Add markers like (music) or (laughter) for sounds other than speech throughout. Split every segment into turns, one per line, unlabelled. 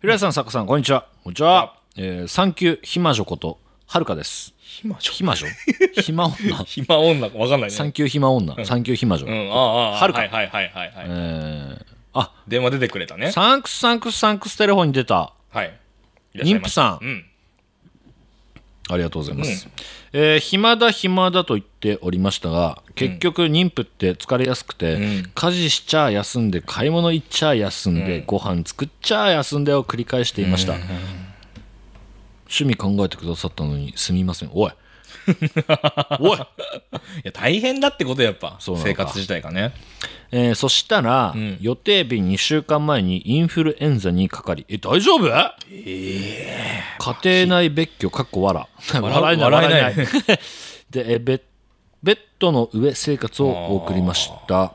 平井さん、作家さん、こんにちは。こんにちは。えー、サンキュー、ひまじょこと、はるかです。
ひまじょ
ひまじょひま女。
(laughs) 暇女かわかんない
サン
ね。
キュー、ひま女。サンキュー、ひまじょ。
う
え
ん、ああ、ああ、
はるか
はいはいはいはいはい。
ー、あ、
電話出てくれたね。
サンクス、サンクス、サンクステレフォンに出た。
はい。いらっしゃ
妊
いま
婦
した
さん。
うん。
ありがとうございます。えー暇だ暇だと言っておりましたが、結局妊婦って疲れやすくて、
うん
家事しちゃあ休んで、買い物行っちゃあ休んで、ご飯作っちゃあ休んでを繰り返していました。趣味考えてくださったのにすみません。おいおい、
いや、大変だってことやっぱ。
そうなの
生
か
活自体がね。
えーそしたら、予定日2週間前にインフルエンザにかかり、え、大丈夫家庭内別居、かっこ笑。笑えない、
笑
笑
え
え
ない
ない。で、えベッ、ベッドの上生活を送りました。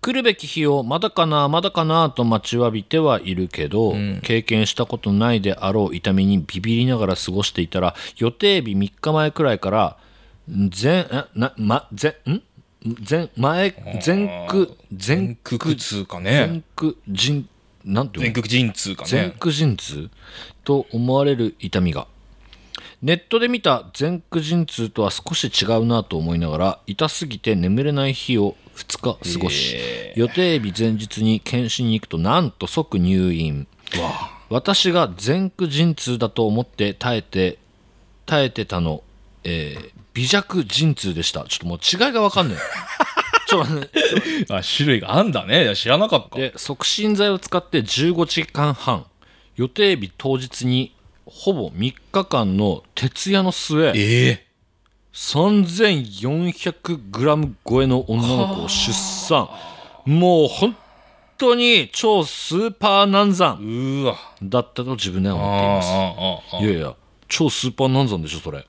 来るべき日をまだかな、まだかなと待ちわびてはいるけど、経験したことないであろう痛みにビビりながら過ごしていたら、予定日3日前くらいから、前、えな、ま、前、ん前、前、前区、前
全国通かね
前。区人、なんていうの
全国人通か
前
ね。
駆陣痛と思われる痛みがネットで見た前駆陣痛とは少し違うなと思いながら痛すぎて眠れない日を2日過ごし、予定日前日に検診に行くとなんと即入院私が前駆陣痛だと思って耐えて耐えてたの、えー微弱陣痛でしたちょっともう違いが分かん
(laughs)
ないちょっと待って
あ、種類があんだね。いや知らなかった。
で促進剤を使って15時間半予定日当日にほぼ3日間の徹夜の末
ええ。
3400g 超えの女の子を出産もう本当に超スーパー難
う
産
ーわ。
だったと自分では
あ
思ってい
あ
ます
ああああ
いやいや超スーパー難産でしょそれ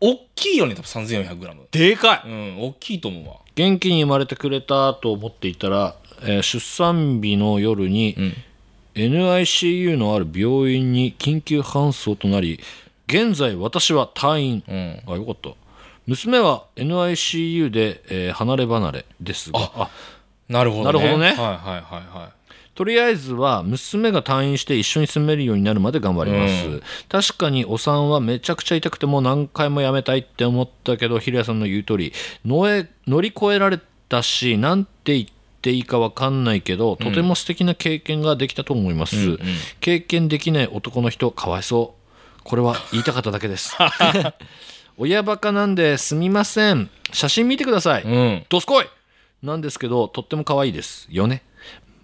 おっきいよね、多分3400グラム。
でかい
うん、大きいと思うわ。
元気に生まれてくれたと思っていたら、えー出産日の夜に、
ん
NICU のある病院に緊急搬送となり現在私は退院、
うん。
あよかった娘は NICU で、えー離れ離れですがあ
なるほどね。
なるほどね
はいはいはいはい。
とりあえずは娘が退院して一緒に住めるようになるまで頑張ります、
う
確かにお産はめちゃくちゃ痛くてもう何回もやめたいって思ったけど平谷さんの言う通り乗え乗り越えられたしなんて言っていいかわかんないけどとても素敵な経験ができたと思います、経験できない男の人かわいそうこれは言いたかっただけです (laughs) 親バカなんですみません写真見てください、
うん。
どすこいなんですけど、とっても可愛いですよね。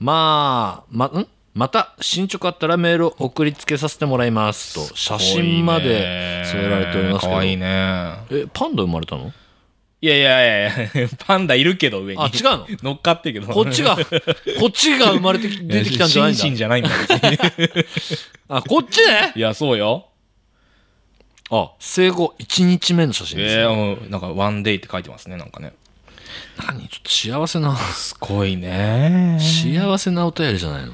まあ、ま、んまた進捗あったらメールを送りつけさせてもらいますと、写真まで添えられておりますけ
か
ど。
わいいね。
え、パンダ生まれたの
いやいやいやいや、 (laughs) パンダいるけど上に。
あ違うの
乗っかってるけど。
こっち
(laughs)
が、こっちが生まれてき出てきたんじゃないん
シンシン
だ。
じゃない
(laughs)
んだ。
あ、こっちね
いや、そう
(laughs)
よ。
あ、生後1日目の写真です、
え
ね
えうんなんか、ワンデイって書いてますね、なんかね。
何ちょっと幸せな、
すごいね。
幸せなお便りじゃないの。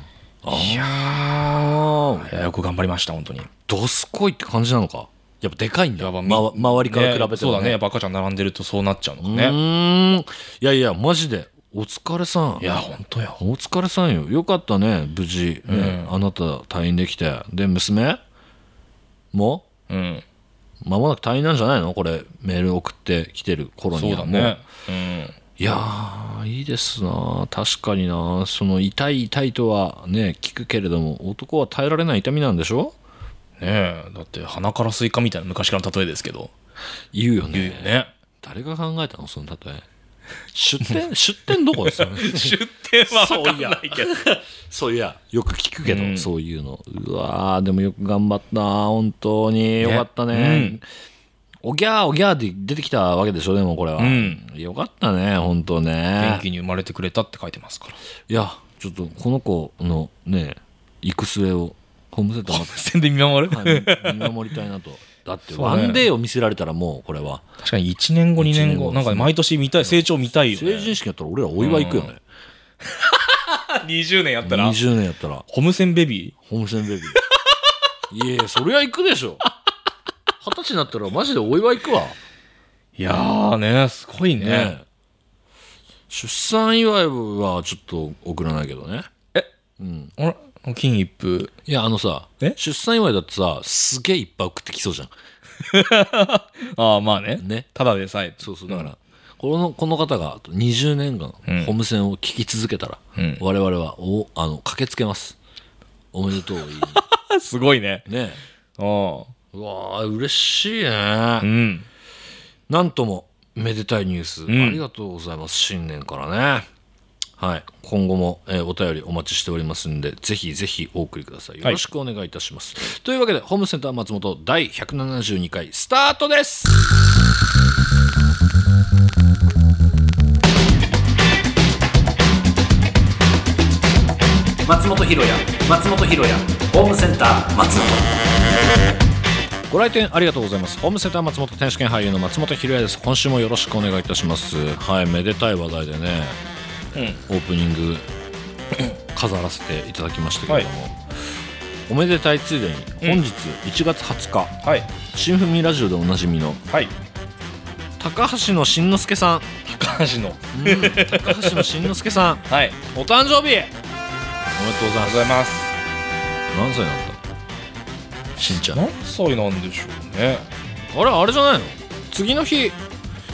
い
あ
や、よく頑張りました、本当に。
どすこいって感じなのか。やっぱでかいんだ。
やっぱみ
まわ周りから比べても、
ねそうだね。やっぱ赤ちゃん並んでるとそうなっちゃうの
う
ね。
ーんいやいやマジでお疲れさん
いや、本当よ。
お疲れさんよよかったね無事、ねあなた退院できてで娘も
うん。
まもなく退院なんじゃないのこれメール送ってきてる頃
そ
に
う
は
だ
もう
ね。うん。
いやーいいですな確かになその痛い痛いとはね聞くけれども男は耐えられない痛みなんでしょ
ねえ。だって、鼻からスイカみたいな昔からの例えですけど。
言うよね
言うよね。
誰が考えたのその例え出店出店どこですよね
(laughs) 出典は
そう
分
い
かん
や
ないけど。
そういやよく聞くけど、
うん
そういうのうわーでもよく頑張ったな本当によかったね
うん
おぎゃーおぎゃーで出てきたわけでしょでもこれは、
うん
よかったね本当
元
ね
気に生まれてくれたって書いてますから。
(laughs) いやちょっとこの子のね行く末をホームセンターまで
線で見守る、
はい
(laughs)
見守りたいなとだって
そう
ワ
ね
ンデーを見せられたらもうこれは
確かに1年後2
一
年後
年後
なんか毎年見たい成長見たいよ、ね、
成人式やったら俺らお祝い行くよね、
20年やったら
20年やったら
ホムセンベビ
ホームセンベビーいやいやそりゃ行くでしょ二十歳になったらマジでお祝い行くわ
ーいやーねすごいね
ねえ出産祝いはちょっと送らないけどね
え
うん
あれ金一封。
いやあのさ
え
出産祝いだってさすげえいっぱい送ってきそうじゃん
ああ、まあね。
ね
ただでさえ。
そうそうだから、このこの方があと20年間
ん
ホームセンを聞き続けたら、
うん
我々はおあの駆けつけますおめでとうを言いに
すごいね。 (laughs)
ね
あ
うわー嬉しいね、
あ。うん。
なんともめでたいニュース、
ん
ありがとうございます新年からねはい今後も、えーお便りお待ちしておりますんでぜひぜひお送りくださいよろしくお願いいたします、というわけでホームセンター松本第172回スタートです
松本ひろや松本ひろやホームセンター松本
ご来店ありがとうございますホームセンター松本選手権俳優の松本ひろやです今週もよろしくお願いいたしますはいめでたい話題でね、オープニン (coughs) グ飾らせていただきましたけれども、おめでたいついでに本日1月20日、
はい。
新踏みラジオでおなじみの
はい。
高橋のしんのすけさん、
高橋の。
高橋のしんのすけさん
はい。
お誕生日おめでとうございま
ありがとうご
す
ざいます。
何歳になったしんちゃんあ
何歳なんでしょうね。
れあれじゃないの次の日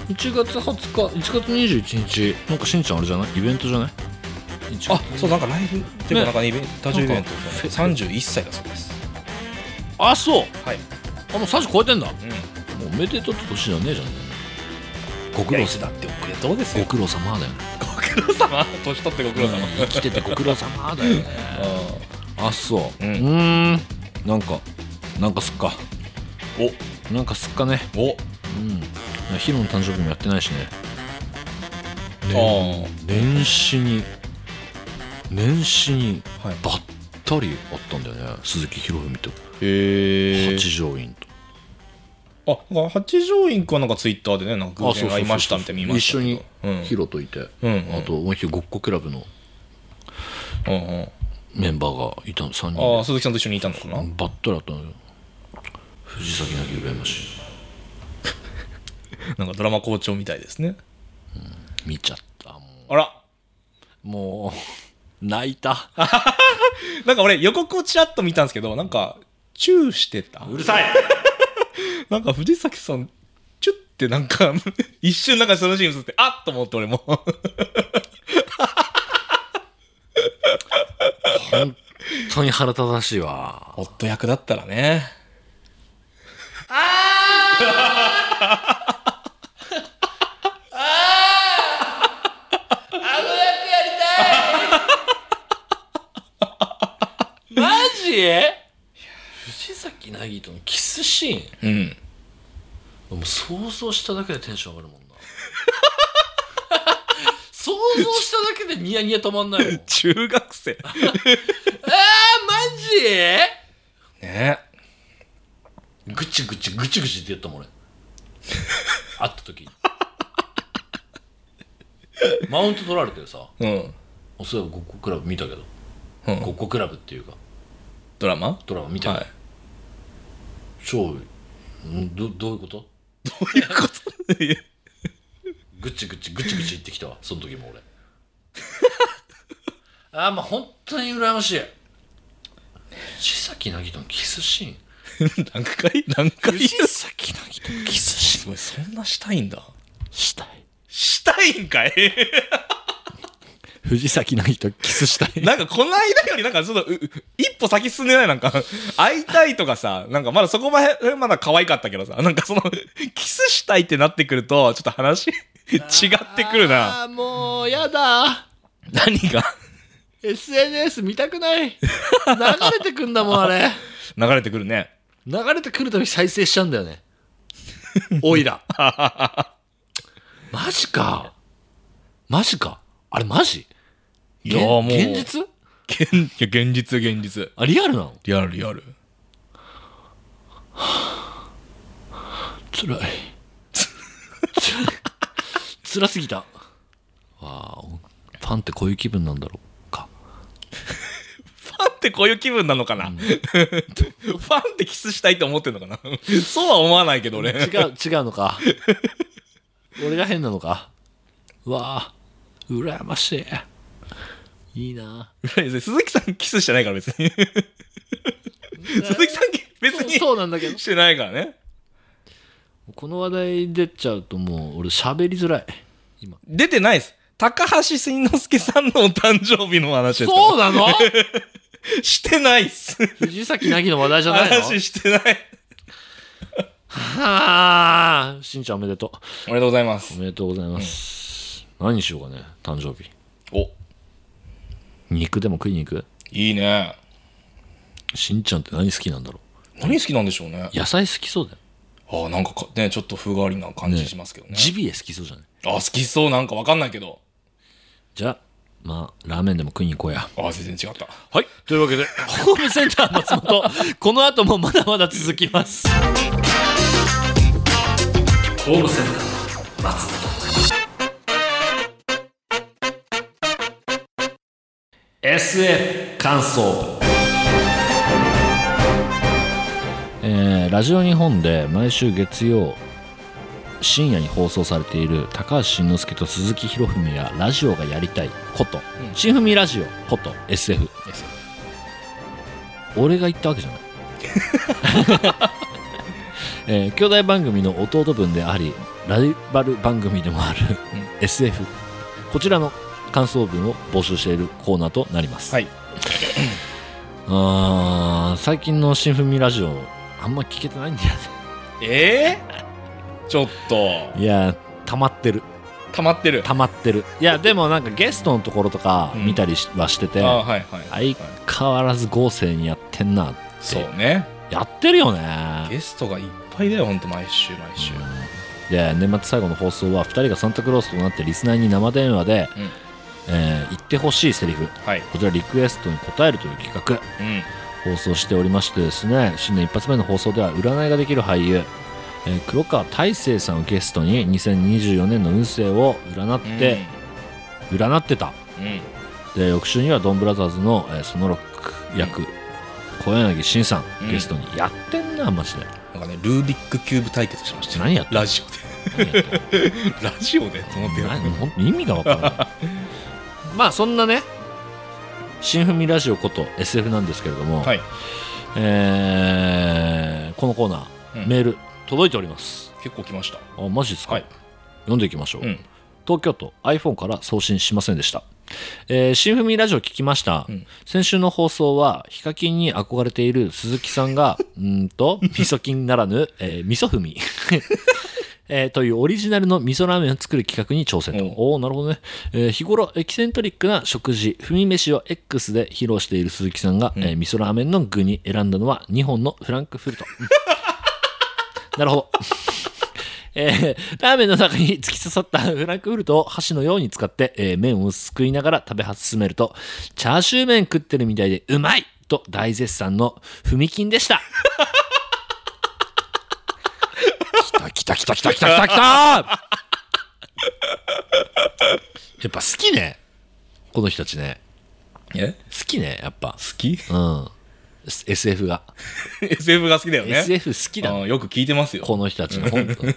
1月20日1月21日なんかしんちゃんあれじゃないイベントじゃない
あ
あ、
そう、なんかライブっていうか、
ね
なんかイベント、イベント
なんか
ですね。31歳だそうです。
あそう
はい。
あもう30超えてんだも
うん。
うおめでとうって年じゃねえじゃんご苦
い
労
やだって遅れどうです
ご
よ。
苦労様だよね
ご苦 (laughs) 労様。年取ってご苦労様。
生きててご苦労様だよねあそうう
うん
んんなんかなんかすっか
お、
なんかすっかね
お、
うんヒロの誕生日もやってないしね
あ
年始に年始に
あ、はい。
ばったりあったんだよね鈴木博文と
へえ。
八条院と
あ、なんか八条院かなんかツイッターでね、なんか偶然会いましたみたいな見まし
一
た
緒
けど。
に
うん。
ヒロといて、
うんうん
あともう一人ごっこクラブの
うんうん。
メンバーがいたの3人
あ
で
あ、鈴木さんと一緒にいたのかな。
ばったりあったんだよ藤崎なき羨ましい
なんかドラマ校長みたいですね。
見ちゃったも
あら、
うもう泣いた
なんか俺予告をちらっと見たんですけど、なんか、チューしてた。
うるさい
(laughs) なんか藤崎さん、チュッてなんか、 (laughs) 一瞬なんかそのシーン映って、あっと思って俺も。
本当に腹立たしいわ
夫役だったらね。
マジ藤崎凪とのキスシーン
うん。
もう想像しただけでテンション上がるもんな想像しただけでニヤニヤ止まんないもんあー
中学生。
マ
ね
ジぐちぐちぐちぐちって言ったもん俺会った時マウント取られてさ
うん。
そういえばごっこクラブ見たけど、
うん
ごっこクラブっていうか
ドラマ
ドラマ見たけど、
はい。
超んどどういうこと
どういう (laughs) こといや
ぐちぐちぐちぐち言ってきたわその時も俺 (laughs) あーまあ本当に羨ましい藤崎凪とのキスシーン
何回何回
藤崎凪とのキスシーン
すごい、そんなしたいんだ。
したい
したいん (laughs) かい
藤崎凪とキスしたい
なんかこの間よりなんかちょっとうう一歩先進んでないなんか会いたいとかさなんかまだそこまでまだ可愛かったけどさなんかそのキスしたいってなってくるとちょっと話違ってくるな
あーもうやだ
何が
SNS 見たくない流れてくんだもんあれ
流れてくるね
流れてくるたび再生しちゃうんだよね (laughs) おい
(laughs)
らマジかマジかあれマジ
いやーもう
現実
現いや現実現実
あリアルなの
リアルリアル
つ (laughs) らいつらいつらすぎたわあファンってこういう気分なんだろうか
ファンってこういう気分なのかな、 (laughs) ファンってキスしたいと思ってんのかなそうは思わないけど俺
違う
(laughs)
違うのか俺が変なのかわあ羨ましいいいな
裏ですね (laughs) 鈴木さんキスしてないから別
(laughs)
に鈴木さん別
そう
に
そうなんだけど
してないからね
この話題出ちゃうともう俺喋りづらい今
出てないです高橋慎之介さんのお誕生日の話ですから
そうなの
してないっす
(laughs) 藤崎凪の話題じゃないの
話してない
はあしんちゃんおめでと
おめでとうございま
うお
す
めでとうございます、何にしようかね誕生日
お
肉でも食いに行く
いいね
しんちゃんって何好きなんだろ
何好きなんでしょうね
う野菜好きそうだよ
ああなんかかねちょっと風変わりな感じしますけどね
ジビエ好きそうじゃない
あ好きそうなんかわかんないけど
じゃあまあラーメンでも食いに行こうや
ああ全然違った
はいというわけでホームセンター松本この後もまだまだ続きます
ホームセンター松本
SF 感想えーラジオ日本で毎週月曜深夜に放送されている高橋慎之介と鈴木博文やラジオがやりたいこと、
ん
新文ラジオこと SF 俺が言ったわけ
(laughs)
じゃないえー兄弟番組の弟分でありライバル番組でもある、SF こちらの感想文を募集しているコーナーとなります、
はい
あー最近の新文ラジオあんま聞けてないんだよね
(laughs) ええちょっと
いやー溜まってる
溜まってる
溜まってるいやでもなんかゲストのところとか見たりしはしてて、
ああはいは
相
い
変わらず合成にやってんな
そうね
やってるよね
ゲストがいっぱいだよほんと毎週毎週
で年末最後の放送は2人がサンタクロースとなってリスナーに生電話で、
うん
えー言ってほしいセリフ
はい
こちらリクエストに答えるという企画
うん
放送しておりましてですね新年一発目の放送では占いができる俳優、えー黒川大成さんをゲストに2024年の運勢を占って、占ってた
うん
で翌週にはドンブラザーズの、えーそのロック役小柳慎さ
うん
んゲストにやってんなマジで
なんかねルービックキューブ対決しましたよ
何やってんの
ラジオで
何やってんの
ラジオでと思ってよ
なほんと意味がわからない (laughs) まあそんなね新文ラジオこと SF なんですけれども、
はい
えーこのコーナー、
うん
メール届いております
結構来ました
あマジですか、
はい
読んでいきましょう、
うん
東京都 iPhone から送信しませんでした、えー、新文ラジオ聞きました、
ん
先週の放送はヒカキンに憧れている鈴木さんがうーんと味噌菌ならぬ、えー、味噌踏み (laughs) えーというオリジナルの味噌ラーメンを作る企画に挑戦と。おおーなるほどね、えー日頃エキセントリックな食事、踏み飯を X で披露している鈴木さんが、えー味噌ラーメンの具に選んだのは2本のフランクフルト。なるほど。えーラーメンの中に突き刺さったフランクフルトを箸のように使って、えー麺をすくいながら食べ進めると、チャーシュー麺食ってるみたいでうまいと大絶賛の踏金でした。来た来た来た来た来た来た来たやっぱ好きね。この人たちね。
え
好きね、やっぱ
好。き
うん。S- SF が。
SF が好きだよね
SF 好きだね。
うんよく聞いてますよ
この人たちの本当に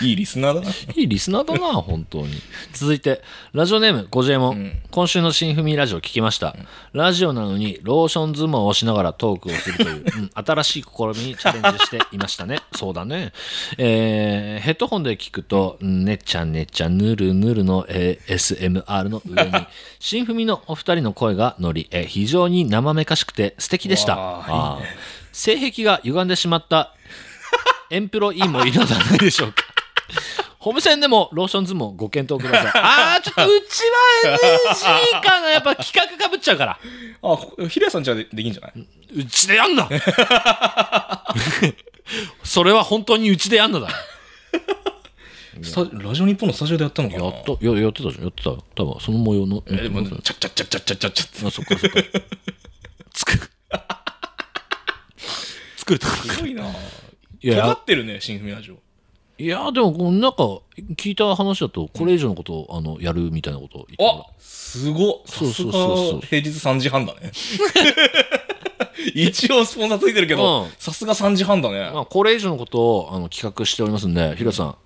いいリスナーだない
いリスナーだな、本当に。続いて、ラジオネーム、ゴジエモン。今週の新文ラジオ聞きました。ラジオなのに、ローション相撲をしながらトークをするという、うん新しい試みにチャレンジしていましたね。そうだね。えーヘッドホンで聞くと、うんねちゃねちゃ、ぬるぬるの、えー SMR の上に、新文のお二人の声が乗り、えー非常に生めかしくて素敵でした。
わ
あー性癖が歪んでしまったエンプロイーもいるのではないでしょうか。ホームセンでもローション相撲ご検討ください。 (laughs) ああ、ちょっとうちは NG かな。やっぱ企画かぶっちゃうから。
あひらやさんじゃでできんじゃないう
ちでやんな (laughs) それは本当にうちでやんなだ。
スタラジオ日本のスタジオでやったのかな
やっと、ややってたじゃん。やってたよ。多分その模様の。
えでもちゃっちゃっちゃっちゃっちゃっちゃっちゃって
あ、そっかそっか。作る。作るとこ
すごいな
やいや
尖ってるね新組ラジオ
いや、でも、このなんか、聞いた話だと、これ以上のことを、あの、やるみたいなことを言ってた
あすごっさ
そう
す
そう
が
そうそう
平日3時半だね (laughs) 一応スポンサーついてるけど
うん
さすが3時半だね
まあ、こ (laughs) れ以上のことをあの企画しておりますんで、ヒロさん、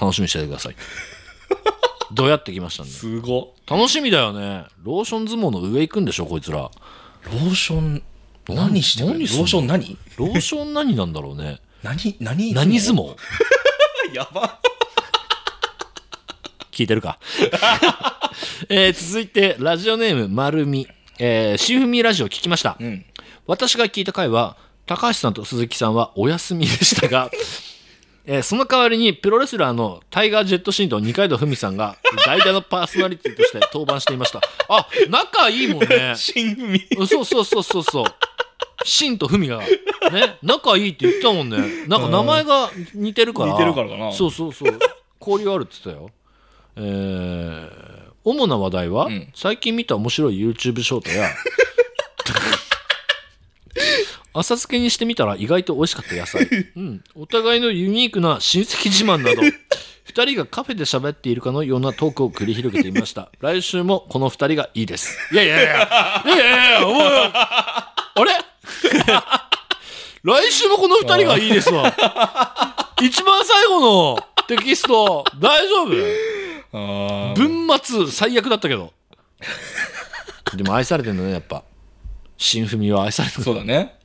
楽しみにしててください。どうやってきましたんで。
すご
楽しみだよね。ローション相撲の上行くんでしょ、こいつら。
ローション何してんのロー
何すんの
ション何
ローション何なんだろう (laughs) ね。
何何
何相撲
(laughs) やば
聞いてる (laughs) か。えー続いて、ラジオネーム、まるみ。えー、新文ラジオ聞きました。
ん
私が聞いた回は、高橋さんと鈴木さんはお休みでしたが、えーその代わりにプロレスラーのタイガー・ジェットシーンと二階堂ふみさんが代打のパーソナリティとして登板していました。あ、仲いいもん
(laughs)
ね。
(laughs) 新文
そうそうそうそうそう。シンとフミが、ね、仲いいって言ったもんね。なんか名前が似てるから。
似てるからかな
そうそうそう。交流あるって言ってたよ。えー、主な話題は、
ん
最近見た面白い YouTube ショートや、 (laughs) 浅漬けにしてみたら意外と美味しかった野菜。うん。お互いのユニークな親戚自慢など。二人がカフェで喋っているかのようなトークを繰り広げていました。来週もこの二人がいいです。いやいやいや、いやいやいや、お前あれ来週もこの二人がいいです
(laughs)
わ。一番最後のテキスト、大丈夫
あー
文末最悪だったけど。でも愛されてんだね、やっぱ。新文は愛されてる
そうだね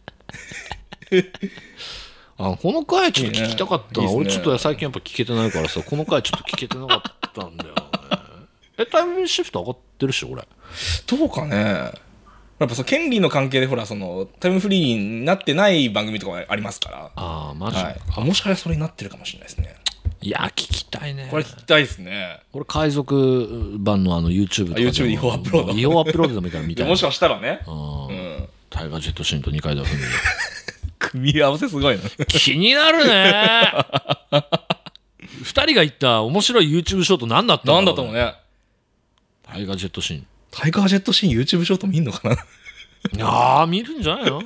あこの回ちょっと聞きたかったない
いね
俺ちょっと最近やっぱ聞けてないからさこの回ちょっと聞けてなかったんだよねえタイムシフト上がってるっしょ俺
どうかねやっぱその権利の関係でほらそのタイムフリーになってない番組とかもありますから
ああマジ、
はい、あもしかしたらそれになってるかもしれないですね。
い、や聞きたいね
これ聞きたいですね。
俺海賊版のあの YouTube とかでも
あ YouTube 違法アップロード
違法アップロードでもいいから見
で
たい
もしかしたらね、
うん
うん、
タイガー・ジェット・シンと二階堂ふみ
組み合わせすごいな。
(laughs) 気になるね二人が言った面白い YouTube ショート何だった
なんだと思うね。
タイガー・ジェット・シン
タイガージェットシーン YouTube ショート見んのかな
ああ見るんじゃ (laughs) ないの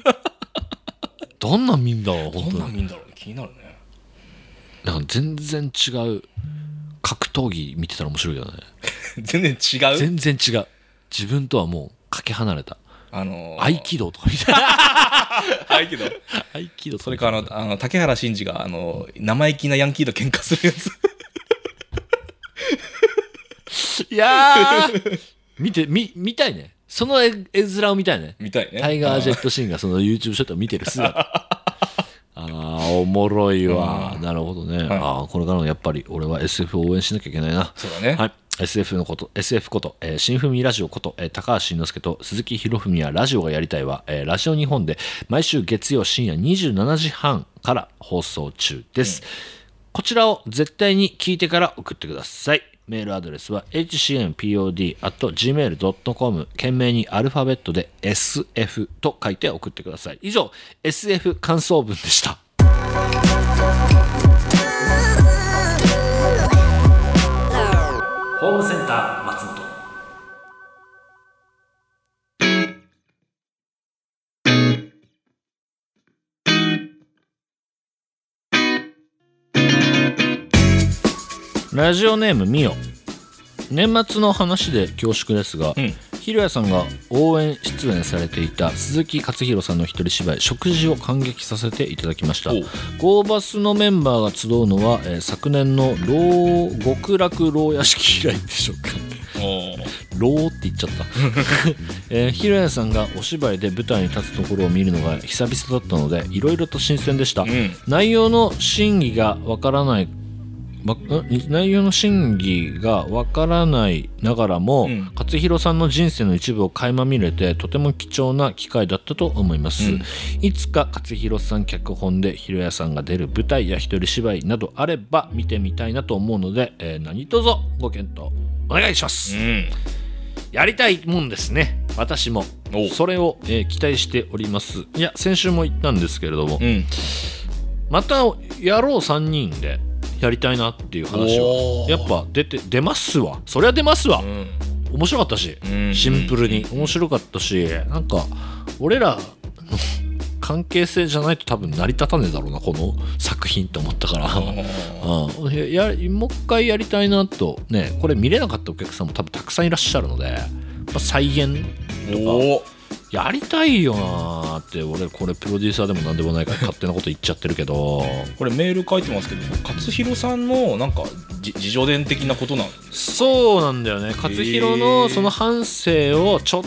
どんなん見んだろう本
ど
当に
んなん見んだろうね気になるね。
なんか全然違う格闘技見てたら面白いけどね
全然違う。
全然違う自分とはもうかけ離れた
あのー、
合気道とかみたいな
合気道。
(laughs) 合気道と
それかあの、あの竹原慎二が、あのー、生意気なヤンキーと喧嘩するや (laughs) つ。
いや (laughs) ー見てみ見たいねその絵絵面を見たいね
みたいね。
タイガー・ジェ
ッ
ット・シーンがその YouTube ショットを見てる姿あーおもろいわ、なるほどね、あーこれからもやっぱり俺は SF を応援しなきゃいけないな
そうだね
はい SF のこと、SF こと、えー、新文ラジオこと、えー高橋慎之介と鈴木博文はラジオがやりたいは、えーラジオ日本で毎週月曜深夜27時半から放送中です。こちらを絶対に聞いてから送ってください。メールアドレスは hcmpod.gmail.com 懸命にアルファベットで SF と書いて送ってください。以上、SF 感想文でした。
ホームセンター松本
ラジオネームみよ年末の話で恐縮ですが、
ん
ひろやさんが応援出演されていた鈴木勝弘さんの一人芝居「食事」を感激させていただきました
おう
ゴーバスのメンバーが集うのは、えー昨年の老極楽牢屋敷以来でしょうか (laughs)
ト。おー
ローって言っちゃった、 (laughs) えー、ひろやさんがお芝居で舞台に立つところを見るのが久々だったのでいろいろと新鮮でした、
ん
内容の真偽がわからないわん内容の真偽がわからないながらも、
うん
勝弘さんの人生の一部を垣間見れてとても貴重な機会だったと思います、
うん
いつか勝弘さん脚本でひろやさんが出る舞台や一人芝居などあれば見てみたいなと思うので、えー何卒ご検討お願いします、
うん。
やりたいもんですね私も
お
それを、えー期待しておりますいや先週も言ったんですけれども、
うん。
またやろう3人でやりたいなっていう話
お
は
ー
やっぱ出て出ますわそりゃ出ますわ
う、ん。
面白かったし、
うん
シンプルに面白かったしなんか俺らの (laughs) 関係性じゃないと多分成り立たねえだろうなこの作品と思ったから、うん、ややもう一回やりたいなとねこれ見れなかったお客さんも多分たくさんいらっしゃるので、まあ、再現
おー
やりたいよなーって俺これプロデューサーでも何でもないから勝手なこと言っちゃってるけど
これメール書いてますけど勝弘さんのなんかじ自叙伝的なことなんです
そうなんだよね勝弘
へ
の
ー
その半生をちょっ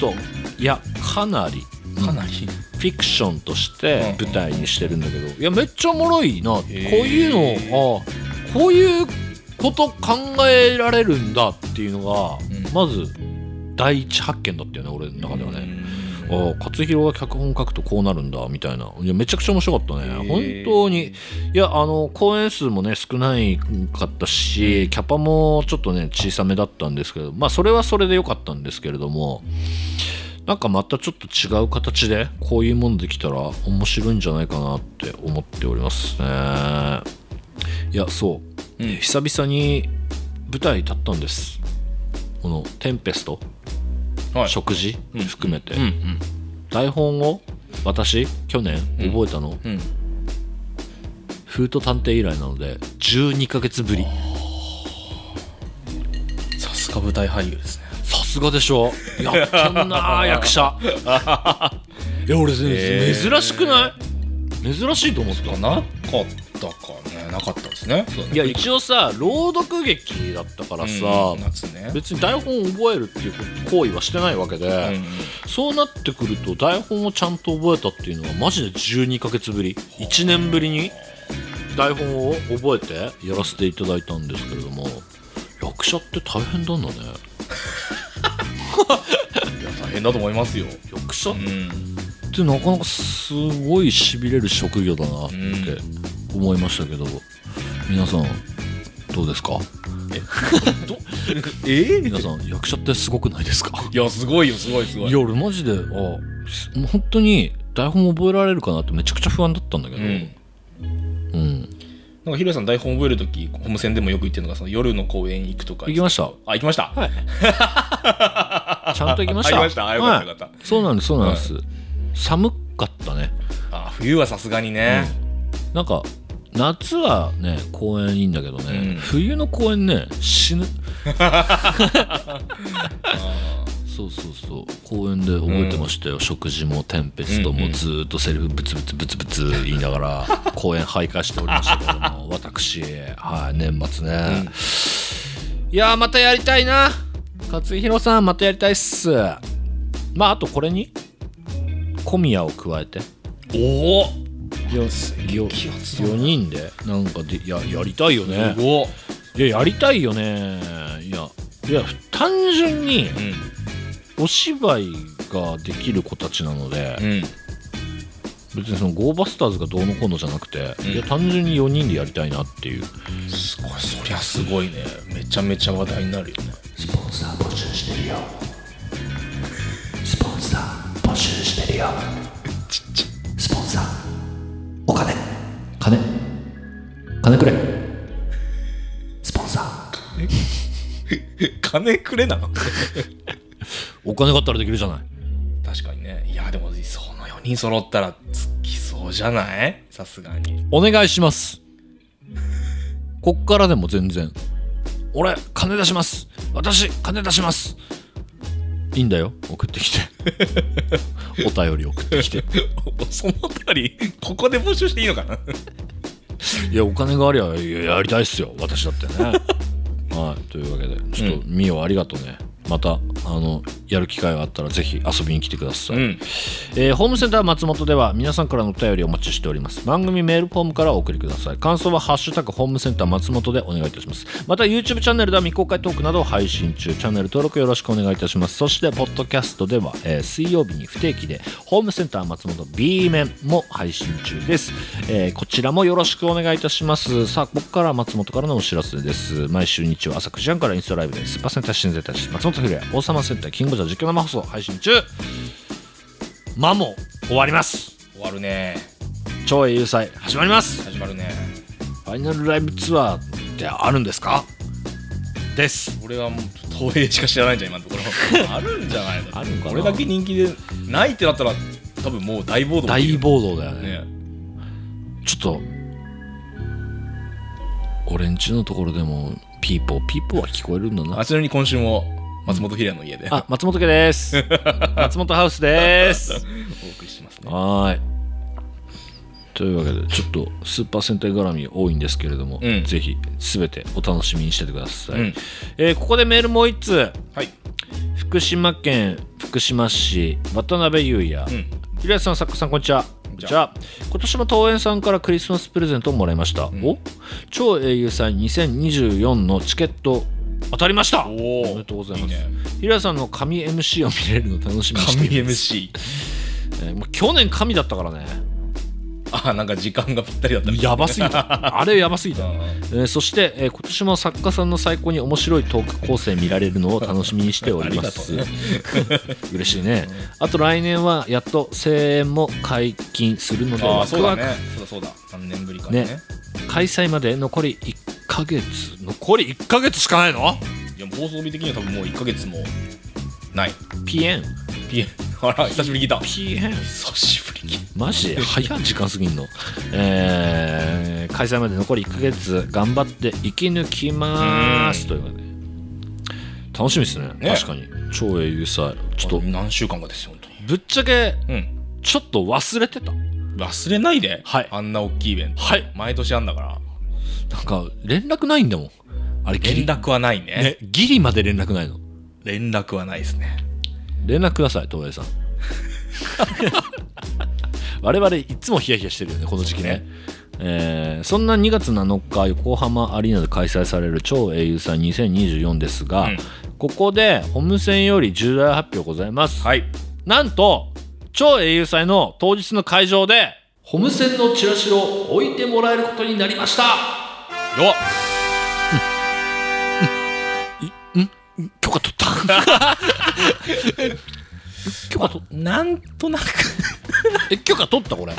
といやかなり
かなり
フィクションとし
うん
て
うん
舞台にしてるんだけどいやめっちゃおもろいなこう
ー
いうのああこういうこと考えられるんだっていうのが、
ん
まず第一発見だったよね俺の中ではね。ああ勝弘が脚本書くとこうなるんだみたいないやめちゃくちゃ面白かったね本当にいやあの公演数もね少ないかったしキャパもちょっとね小さめだったんですけどまあそれはそれで良かったんですけれどもなんかまたちょっと違う形でこういうものできたら面白いんじゃないかなって思っておりますねいやそう、
うん
久々に舞台立ったんですこの「テンペスト」
はい
食事
うん
含めて、
うんうん
台本を私去年
うん
覚えたの、
うん
フート探偵以来なので12ヶ月ぶり
さすが舞台俳優ですね
さすがでしょやったんな
(laughs)
ー役者いや俺ね、
へー
珍しくない珍しいと思った
なかったかねなかったですね
いや一応さ朗読劇だったからさ、
うん夏ね
別に台本を覚えるっていう行為はしてないわけで、
うん
そうなってくると台本をちゃんと覚えたっていうのはマジで12ヶ月ぶり1年ぶりに台本を覚えてやらせていただいたんですけれども役者って大変なんだね
いや大変だと思いますよ
役者っ
うん
てなかなかすごいしびれる職業だなって思いましたけど皆さんどうですか
どえ
皆さん役者ってすごくないですか
いやすごいよすごいすご
(laughs)
い
いや俺マジであもう本当に台本覚えられるかなってめちゃくちゃ不安だったんだけ
う
ど、
ん
うん、
なんかヒロさん台本覚えるとき、ホームセンでもよく言ってるのが、その夜の公園行くとか。
行きました
あ、行きました。
はい。ちゃんと行きました。
あ行きましたあよかったよかった
はいそうなんです、そうなんです。寒かったね。
あ、冬はさすがにね。
なんか、夏はね、公園いいんだけどね、
うん
冬の公園ね、
(laughs)
死ぬ。
あ
そうそうそう公園で覚えてましたよ、食事もテンペスト
うんう
も
ん
ずーっとセリフブツブツブツブツ言いながら
(laughs)
公園徘徊しておりましたけども私はい年末ね、いやーまたやりたいな勝弘さんまたやりたいっすまああとこれに小宮を加えて
ーおお。
よよ4人でなんかでややりたいよね
すごっ。
いややりたいよねいやいや単純に
う
お芝居ができる子たちなので、
ん。うん。
別にそのゴーバスターズがどうのこうのじゃなくて、
うん
いや単純に4人でやりたいなっていう
すごい、そりゃすごいね。めちゃめちゃ話題になるよね。
スポンサー募集してるよスポンサー募集してるよスポンサーお金金金くれスポンサー
金くれな。確
お金があったらできるじゃない
かにね。いや、でも、その4人揃ったら、つきそうじゃないさすがに。
お願いしますこっからでも全然俺金出します私金出しますいいんだよ送ってき (laughs) てお便り送ってきて
(laughs) そのあたり、ここで募集していいのかな
(laughs) いやお金がありゃいややりたいっすよ私だってねはいというわけでちょっとみおありがとうね、またあのやる機会があったらぜひ遊びに来てください、
うん。
えーホームセンター松本では皆さんからのお便りをお待ちしております番組メールフォームからお送りください感想は「ハッシュタグホームセンター松本」でお願いいたしますまた YouTube チャンネルでは未公開トークなどを配信中チャンネル登録よろしくお願いいたしますそしてポッドキャストでは、えー水曜日に不定期でホームセンター松本 B 面も配信中です、えーこちらもよろしくお願いいたしますさあここからは松本からのお知らせです毎週日曜朝9時半からインスタライブでスーパーセンター新生たち松本フレア王様センターキングボジャー実況生放送配信中間も終わります
終わるね。
超英雄祭始まります
始まるね。
ファイナルライブツアーってあるんですかです
俺はもう東映しか知らないじゃん今のと
(laughs)
ころあるんじゃないの
あるんかな
俺だけ人気でないってなったら多分もう大暴動
大暴動だよ
動
ね
ね
ちょっと俺んちのところでもピーポーピーポーは聞こえるんだ
あ
な
ちなみに今週も松本平の家でお
あ松本家です (laughs) 松本ハウスです
送りしてますね
はーいというわけでちょっとスーパー戦隊絡み多いんですけれども、
うん
ぜひ全てお楽しみにしててください、
うん
えーここでメールもう1通
はい
福島県福島市渡辺優也、
ん
ゆりやさん作家さんこんにちは
んにち
じゃあ今年も桃園さんからクリスマスプレゼントをもらいました、お超英雄祭2024のチケット当たりましたお
おー
めでとうございます
いいね
ゆりやさんの神 MC を見れるの楽しみにして
神
います
MC
えーもう去年神だったからね
あなんか時間がぴったりだったみたい
やばすぎた (laughs) あれやばすぎた、
うん
えーそして、えー今年も作家さんの最高に面白いトーク構成見られるのを楽しみにしております嬉しいねあと来年はやっと声援も解禁するので
あ
ワ
あ
ク
そうだ
ワク、
ねそうだそうだ何年ぶりかね
ね開催まで残り1ヶ月残り1ヶ月しかないの
いや放送日的には多分もう1ヶ月もない
?PN
ピエ (laughs) あら久しぶりに聞いた
PN
久しぶりに聞い
マジで早い時間過ぎんの、えー開催まで残り1ヶ月頑張って生き抜きますということで楽しみですね
ね
確かに超英雄祭ち
た
ょっと
何週間かですよ本当に
ぶっちゃけ
うん
ちょっと忘れてた
忘れないで、
はい
あんな大きいイベント、
はい
毎年あんだから
なんか連絡ないんだもんあれギ
連
リ,、
絡はないね
ね、ギリまで連絡ないの
連絡はないですね
連絡ください
(laughs)
東映さん我々いつもヒヤヒヤしてるよねこの時期ねえーそんな2月7日横浜アリーナで開催される超英雄祭2024ですが、
うん
ここでホーム戦より重大発表ございます、
はい
なんと超英雄祭の当日の会場でホーム戦のチラシを置いてもらえることになりました
よ
許可取った (laughs) 許可取
っなんとなく (laughs)
え許可取ったこれ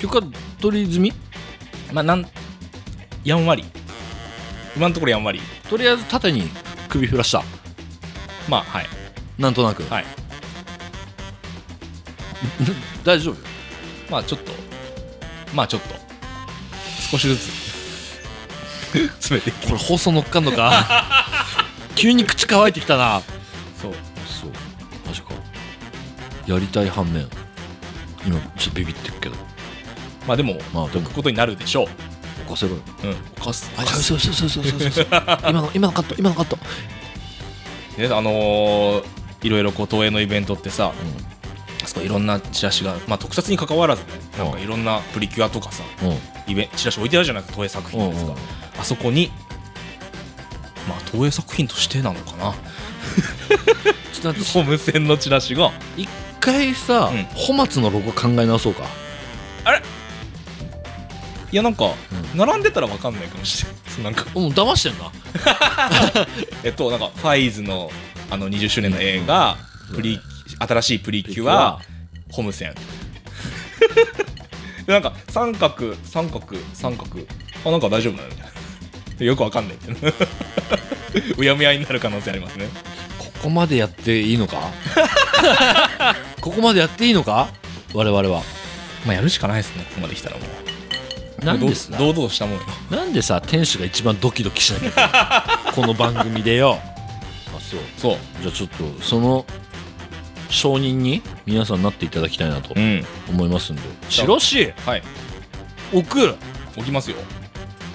許可取り済み
まあなんやんわり今のところやんわり
とりあえず縦に首振らした
まあはい
なんとなく、
はい
大丈夫
まあちょっとまあちょっと少しずつ (laughs) 詰めていく
これ放送乗っかんのか (laughs) 急に口乾いてきたな
そう
そうマジかやりたい反面今ちょっとビビってるけど
まあでも
まあでも
ことになるでしょう
犯せろよ
うん
犯すあそうそうそうそうそう (laughs) そうそう今の今のカット今のカット
であのーいろいろこう東映のイベントってさ、あそこいろんなチラシが、まあ、特撮に関わらずねなんかいろんなプリキュアとかさ
うんうん
イベチラシ置いてあるじゃないですか東映作品です
う
か、
んうん
あそこにまあ東映作品としてなのか (laughs) な
ちょっと待って
ホーム戦のチラシが
一回さ、
うん
ホマツのロゴ考え直そうか
いやなんか、並んでたら分かんないかもしれない (laughs) そうなんか
うん騙してんな
えっとなんかファイズのあの20周年の映画、プリ新しいプリキュアホームセン (laughs) なんか三角三角三角あなんか大丈夫なのみ (laughs) たいなよくわかんないみたいなうやむやになる可能性ありますね
ここまでやっていいの
(laughs)
かここまでやっていいのか我々は
まあやるしかないですねここまで来たらもう
なんで
どう堂々したもんよ
なんでさ店主が一番ドキドキしなきゃいけな
(laughs)
いこの番組でよあそう
そう
じゃあちょっとその承認に皆さんなっていただきたいなと
ん
思いますんでチラシ
はい
置くっ
置きますよ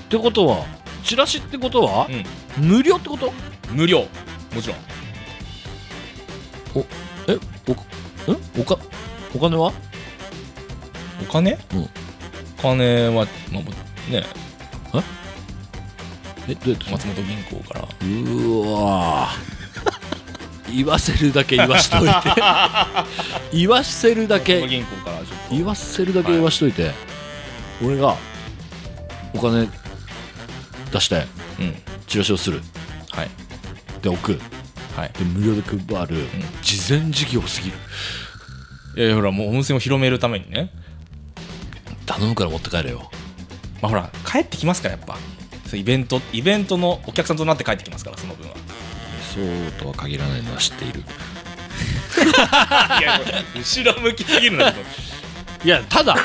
てことはチラシってことは
う、ん
無料ってこと
無料もちろん
おえおんおかお金は
お金、
うん
お金は、まあ、もうね
えどうやって
松本銀行から
うーわー言わせるだけ言わしといて言わせるだ
松本
(laughs) け
銀行からちょっと
言わせるだけ言わしといて、俺がお金出して
うん
チラシをする
はい
で置く
はい
で無料で配る、事前事業すぎる
いやいやほらもう温泉を広めるためにね
頼むから持って帰れよ
まあほら帰ってきますからやっぱそうイベントイベントのお客さんとなって帰ってきますからその分は
そうとは限らないのは知っている
いや後ろ向きすぎるな (laughs) ちょっ
いやた (laughs) だ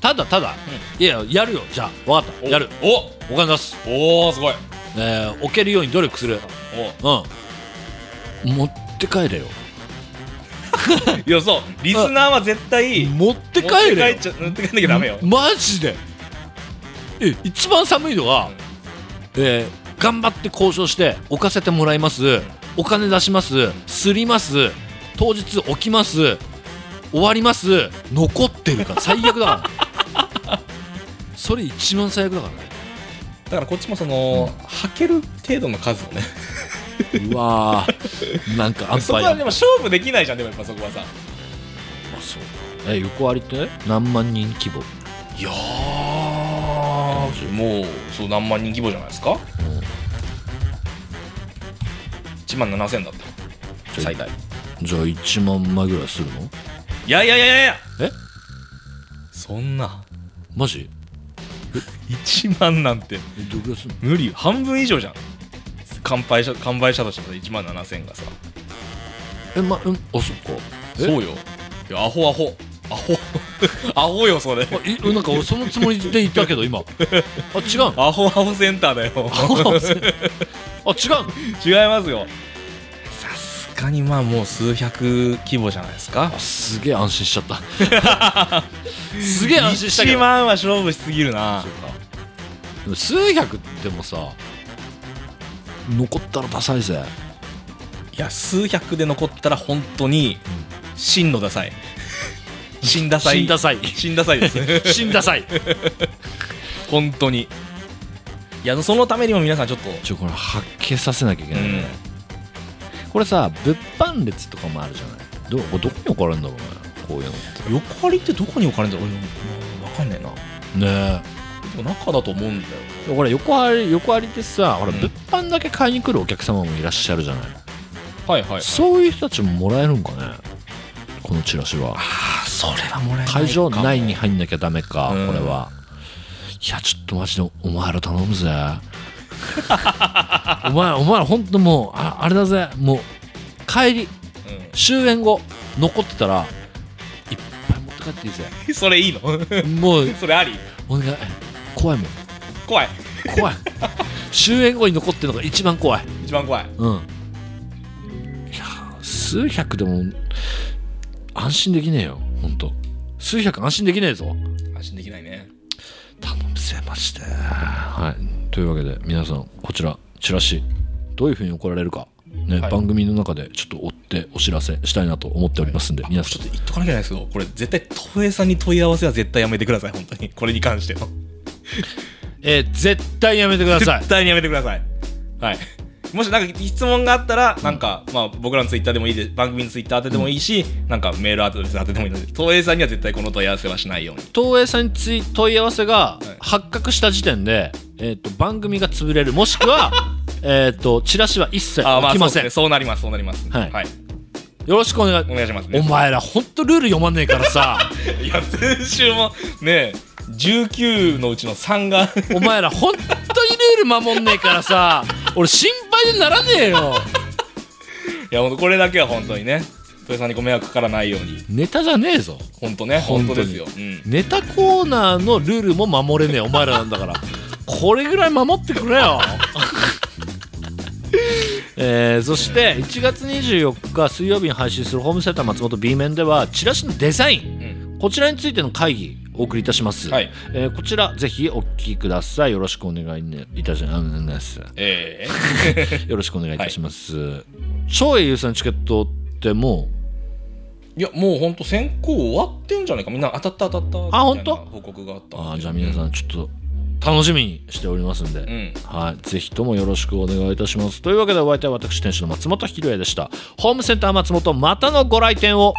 ただただ、いややるよじゃあ分かっ
と
たやる
お
お金出す、
おおーすごい
えー置けるように努力する
お
うん持って帰れよ
いやそうリスナーは絶対持っ
持って帰れよ
て帰っちゃ持って帰んなきゃダメよ
マジでえ一番寒いのは、えー頑張って交渉して置かせてもらいますお金出しますすります当日置きます終わります残ってるから最悪だから
(laughs)
それ一番最悪だからね
だからこっちもその履ける程度の数をね
うわ
(laughs)
ーなんか安
そこ
牌
は
だ
でも勝負できないじゃんでもやっぱそこはさ
あそうえ横割りって何万人規模
いやーもうそう何万人規模じゃないですか1万7000だった最大い
じゃあ1万枚ぐらいするの
やいやいやいやいや
え
そんな
マジ
1万なんて
えどれぐらいするの
無理よ半分以上じゃん完売者完売者としても1万7000がさ
えまうんあそっかえ
そうよいやアホアホアホ (laughs) アホよそれ
あいなんか俺そのつもりで言ったけど今あ違うの
アホアホセンターだよ
あ違うの
(laughs) 違いますよさすがにまあもう数百規模じゃないですか
あすげえ安心しちゃった
(laughs)
すげえ安心したけ
1
ど
万は勝負しすぎるな
そうかでも数百でもさ残ったらダサいぜ
いや数百で残ったら本当に真のダサい (laughs) 真ダサい
死んださい
真ダサいです
死んだ
(laughs)
さい
本当にいやそのためにも皆さんちょっと
ちょこれ発見させなきゃいけないね、これさ物販列とかもあるじゃないどこれどこに置かれるんだろうねこういうのって
横張りってどこに置かれるんだろう俺分かんねえな
ね
でも中だと思うんだよ
えほら横張り横張りってさほら
うん
物販だけ買いに来るお客様もいらっしゃるじゃない、
はいはい、
そういう人たちももらえるんかねこのチラシは
ああそれはもらえないかも
会場内に入んなきゃダメか、
うん
これはいやちょっとマジでお前ら頼む
(laughs)
ぜお前お前ら本当もうああれだぜもう帰り
う
終演後残ってたらいっぱい持って帰っていいぜ
(laughs) んそれいいの
もう
それあり
お願い怖いもん
怖い
怖い終演後に残ってるのが一番怖い
一番怖い
うんいやー数百でも安心できねえよほんと数百安心できねえぞ
安心できないね
頼むぜましてはいというわけで皆さんこちらチラシどういうふうに怒られるかね、
はい
番組の中でちょっと追ってお知らせしたいなと思っておりますんで、皆さん
ちょっと言っとかなきゃいけないですけどこれ絶対東映さんに問い合わせは絶対やめてください本当にこれに関しての
えー絶対やめてください
絶対にやめてくださいはいもしなんか質問があったらなんか、まあ、僕らのツイッターでもいいです番組のツイッター当てでもいいし、なんかメールアドレス当てでもいいので東映さんには絶対この問い合わせはしないように
東映さんについ問い合わせが
い
発覚した時点で、えー、と番組が潰れるもしく
(laughs)
はえーとチラシは一切
あ
起
まあ
き
そう
ませ
です
ん、
ねそうなりますそうなります
はいよろしくお願い
お願いしますね
お前らほんとルール読まねえからさ
いや先週もね19のうちの3が
お前らほんとにルール守んねえからさ俺心配でならねえよ
いやほんとこれだけは本当にね東映さんにご迷惑かからないように
ネタじゃねえぞ
本当ね本当ですよ、うん、
ネタコーナーのルールも守れねえお前らなんだからこれぐらい守ってくれよ (laughs) えーそして1月24日水曜日に配信するホームセンター松本 B 面ではチラシのデザイン
うん
こちらについての会議お送りいたします、
はい
えーこちらぜひお聞きくださいよろしくお願いねいたします
ええ
よろしくお願いいたします、超英雄さんチケットってもう
いやもうほんと選考終わってんじゃないかみんな当たった当たったみたいな
あほんと
報告があった
あーじゃあ皆さんちょっと楽しみにしておりますんで、
うん
はい、ぜひともよろしくお願いいたしますというわけでお相手は私店主の松本ひろやでしたホームセンター松本またのご来店を